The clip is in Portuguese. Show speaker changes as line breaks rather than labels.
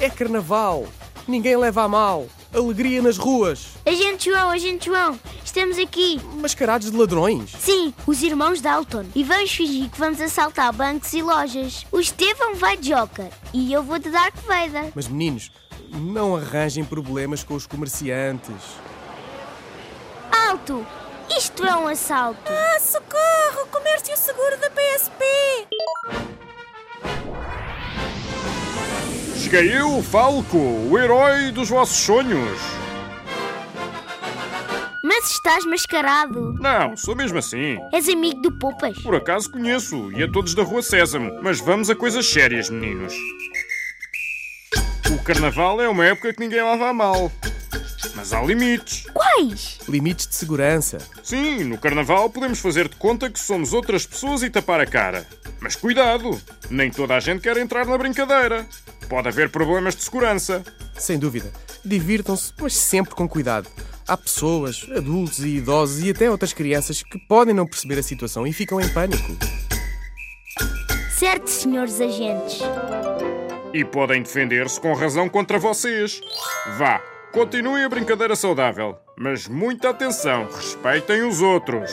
É carnaval. Ninguém leva a mal. Alegria nas ruas.
Agente João, agente João, estamos aqui.
Mascarados de ladrões.
Sim, os irmãos Dalton. E vamos fingir que vamos assaltar bancos e lojas. O Estevão vai de Joker e eu vou de Dark Vader.
Mas meninos, não arranjem problemas com os comerciantes.
Alto! Isto é um assalto.
Ah, socorro! Comércio Seguro da PSP!
Cheguei eu, Falco, o herói dos vossos sonhos.
Mas estás mascarado.
Não, sou mesmo assim.
És amigo do Poupas.
Por acaso conheço e a todos da Rua Sésamo. Mas vamos a coisas sérias, meninos. O carnaval é uma época que ninguém lava a mal. Mas há limites.
Quais?
Limites de segurança.
Sim, no carnaval podemos fazer de conta que somos outras pessoas e tapar a cara. Mas cuidado, nem toda a gente quer entrar na brincadeira. Pode haver problemas de segurança.
Sem dúvida. Divirtam-se, mas sempre com cuidado. Há pessoas, adultos e idosos e até outras crianças que podem não perceber a situação e ficam em pânico.
Certo, senhores agentes.
E podem defender-se com razão contra vocês. Vá, continuem a brincadeira saudável. Mas muita atenção, respeitem os outros.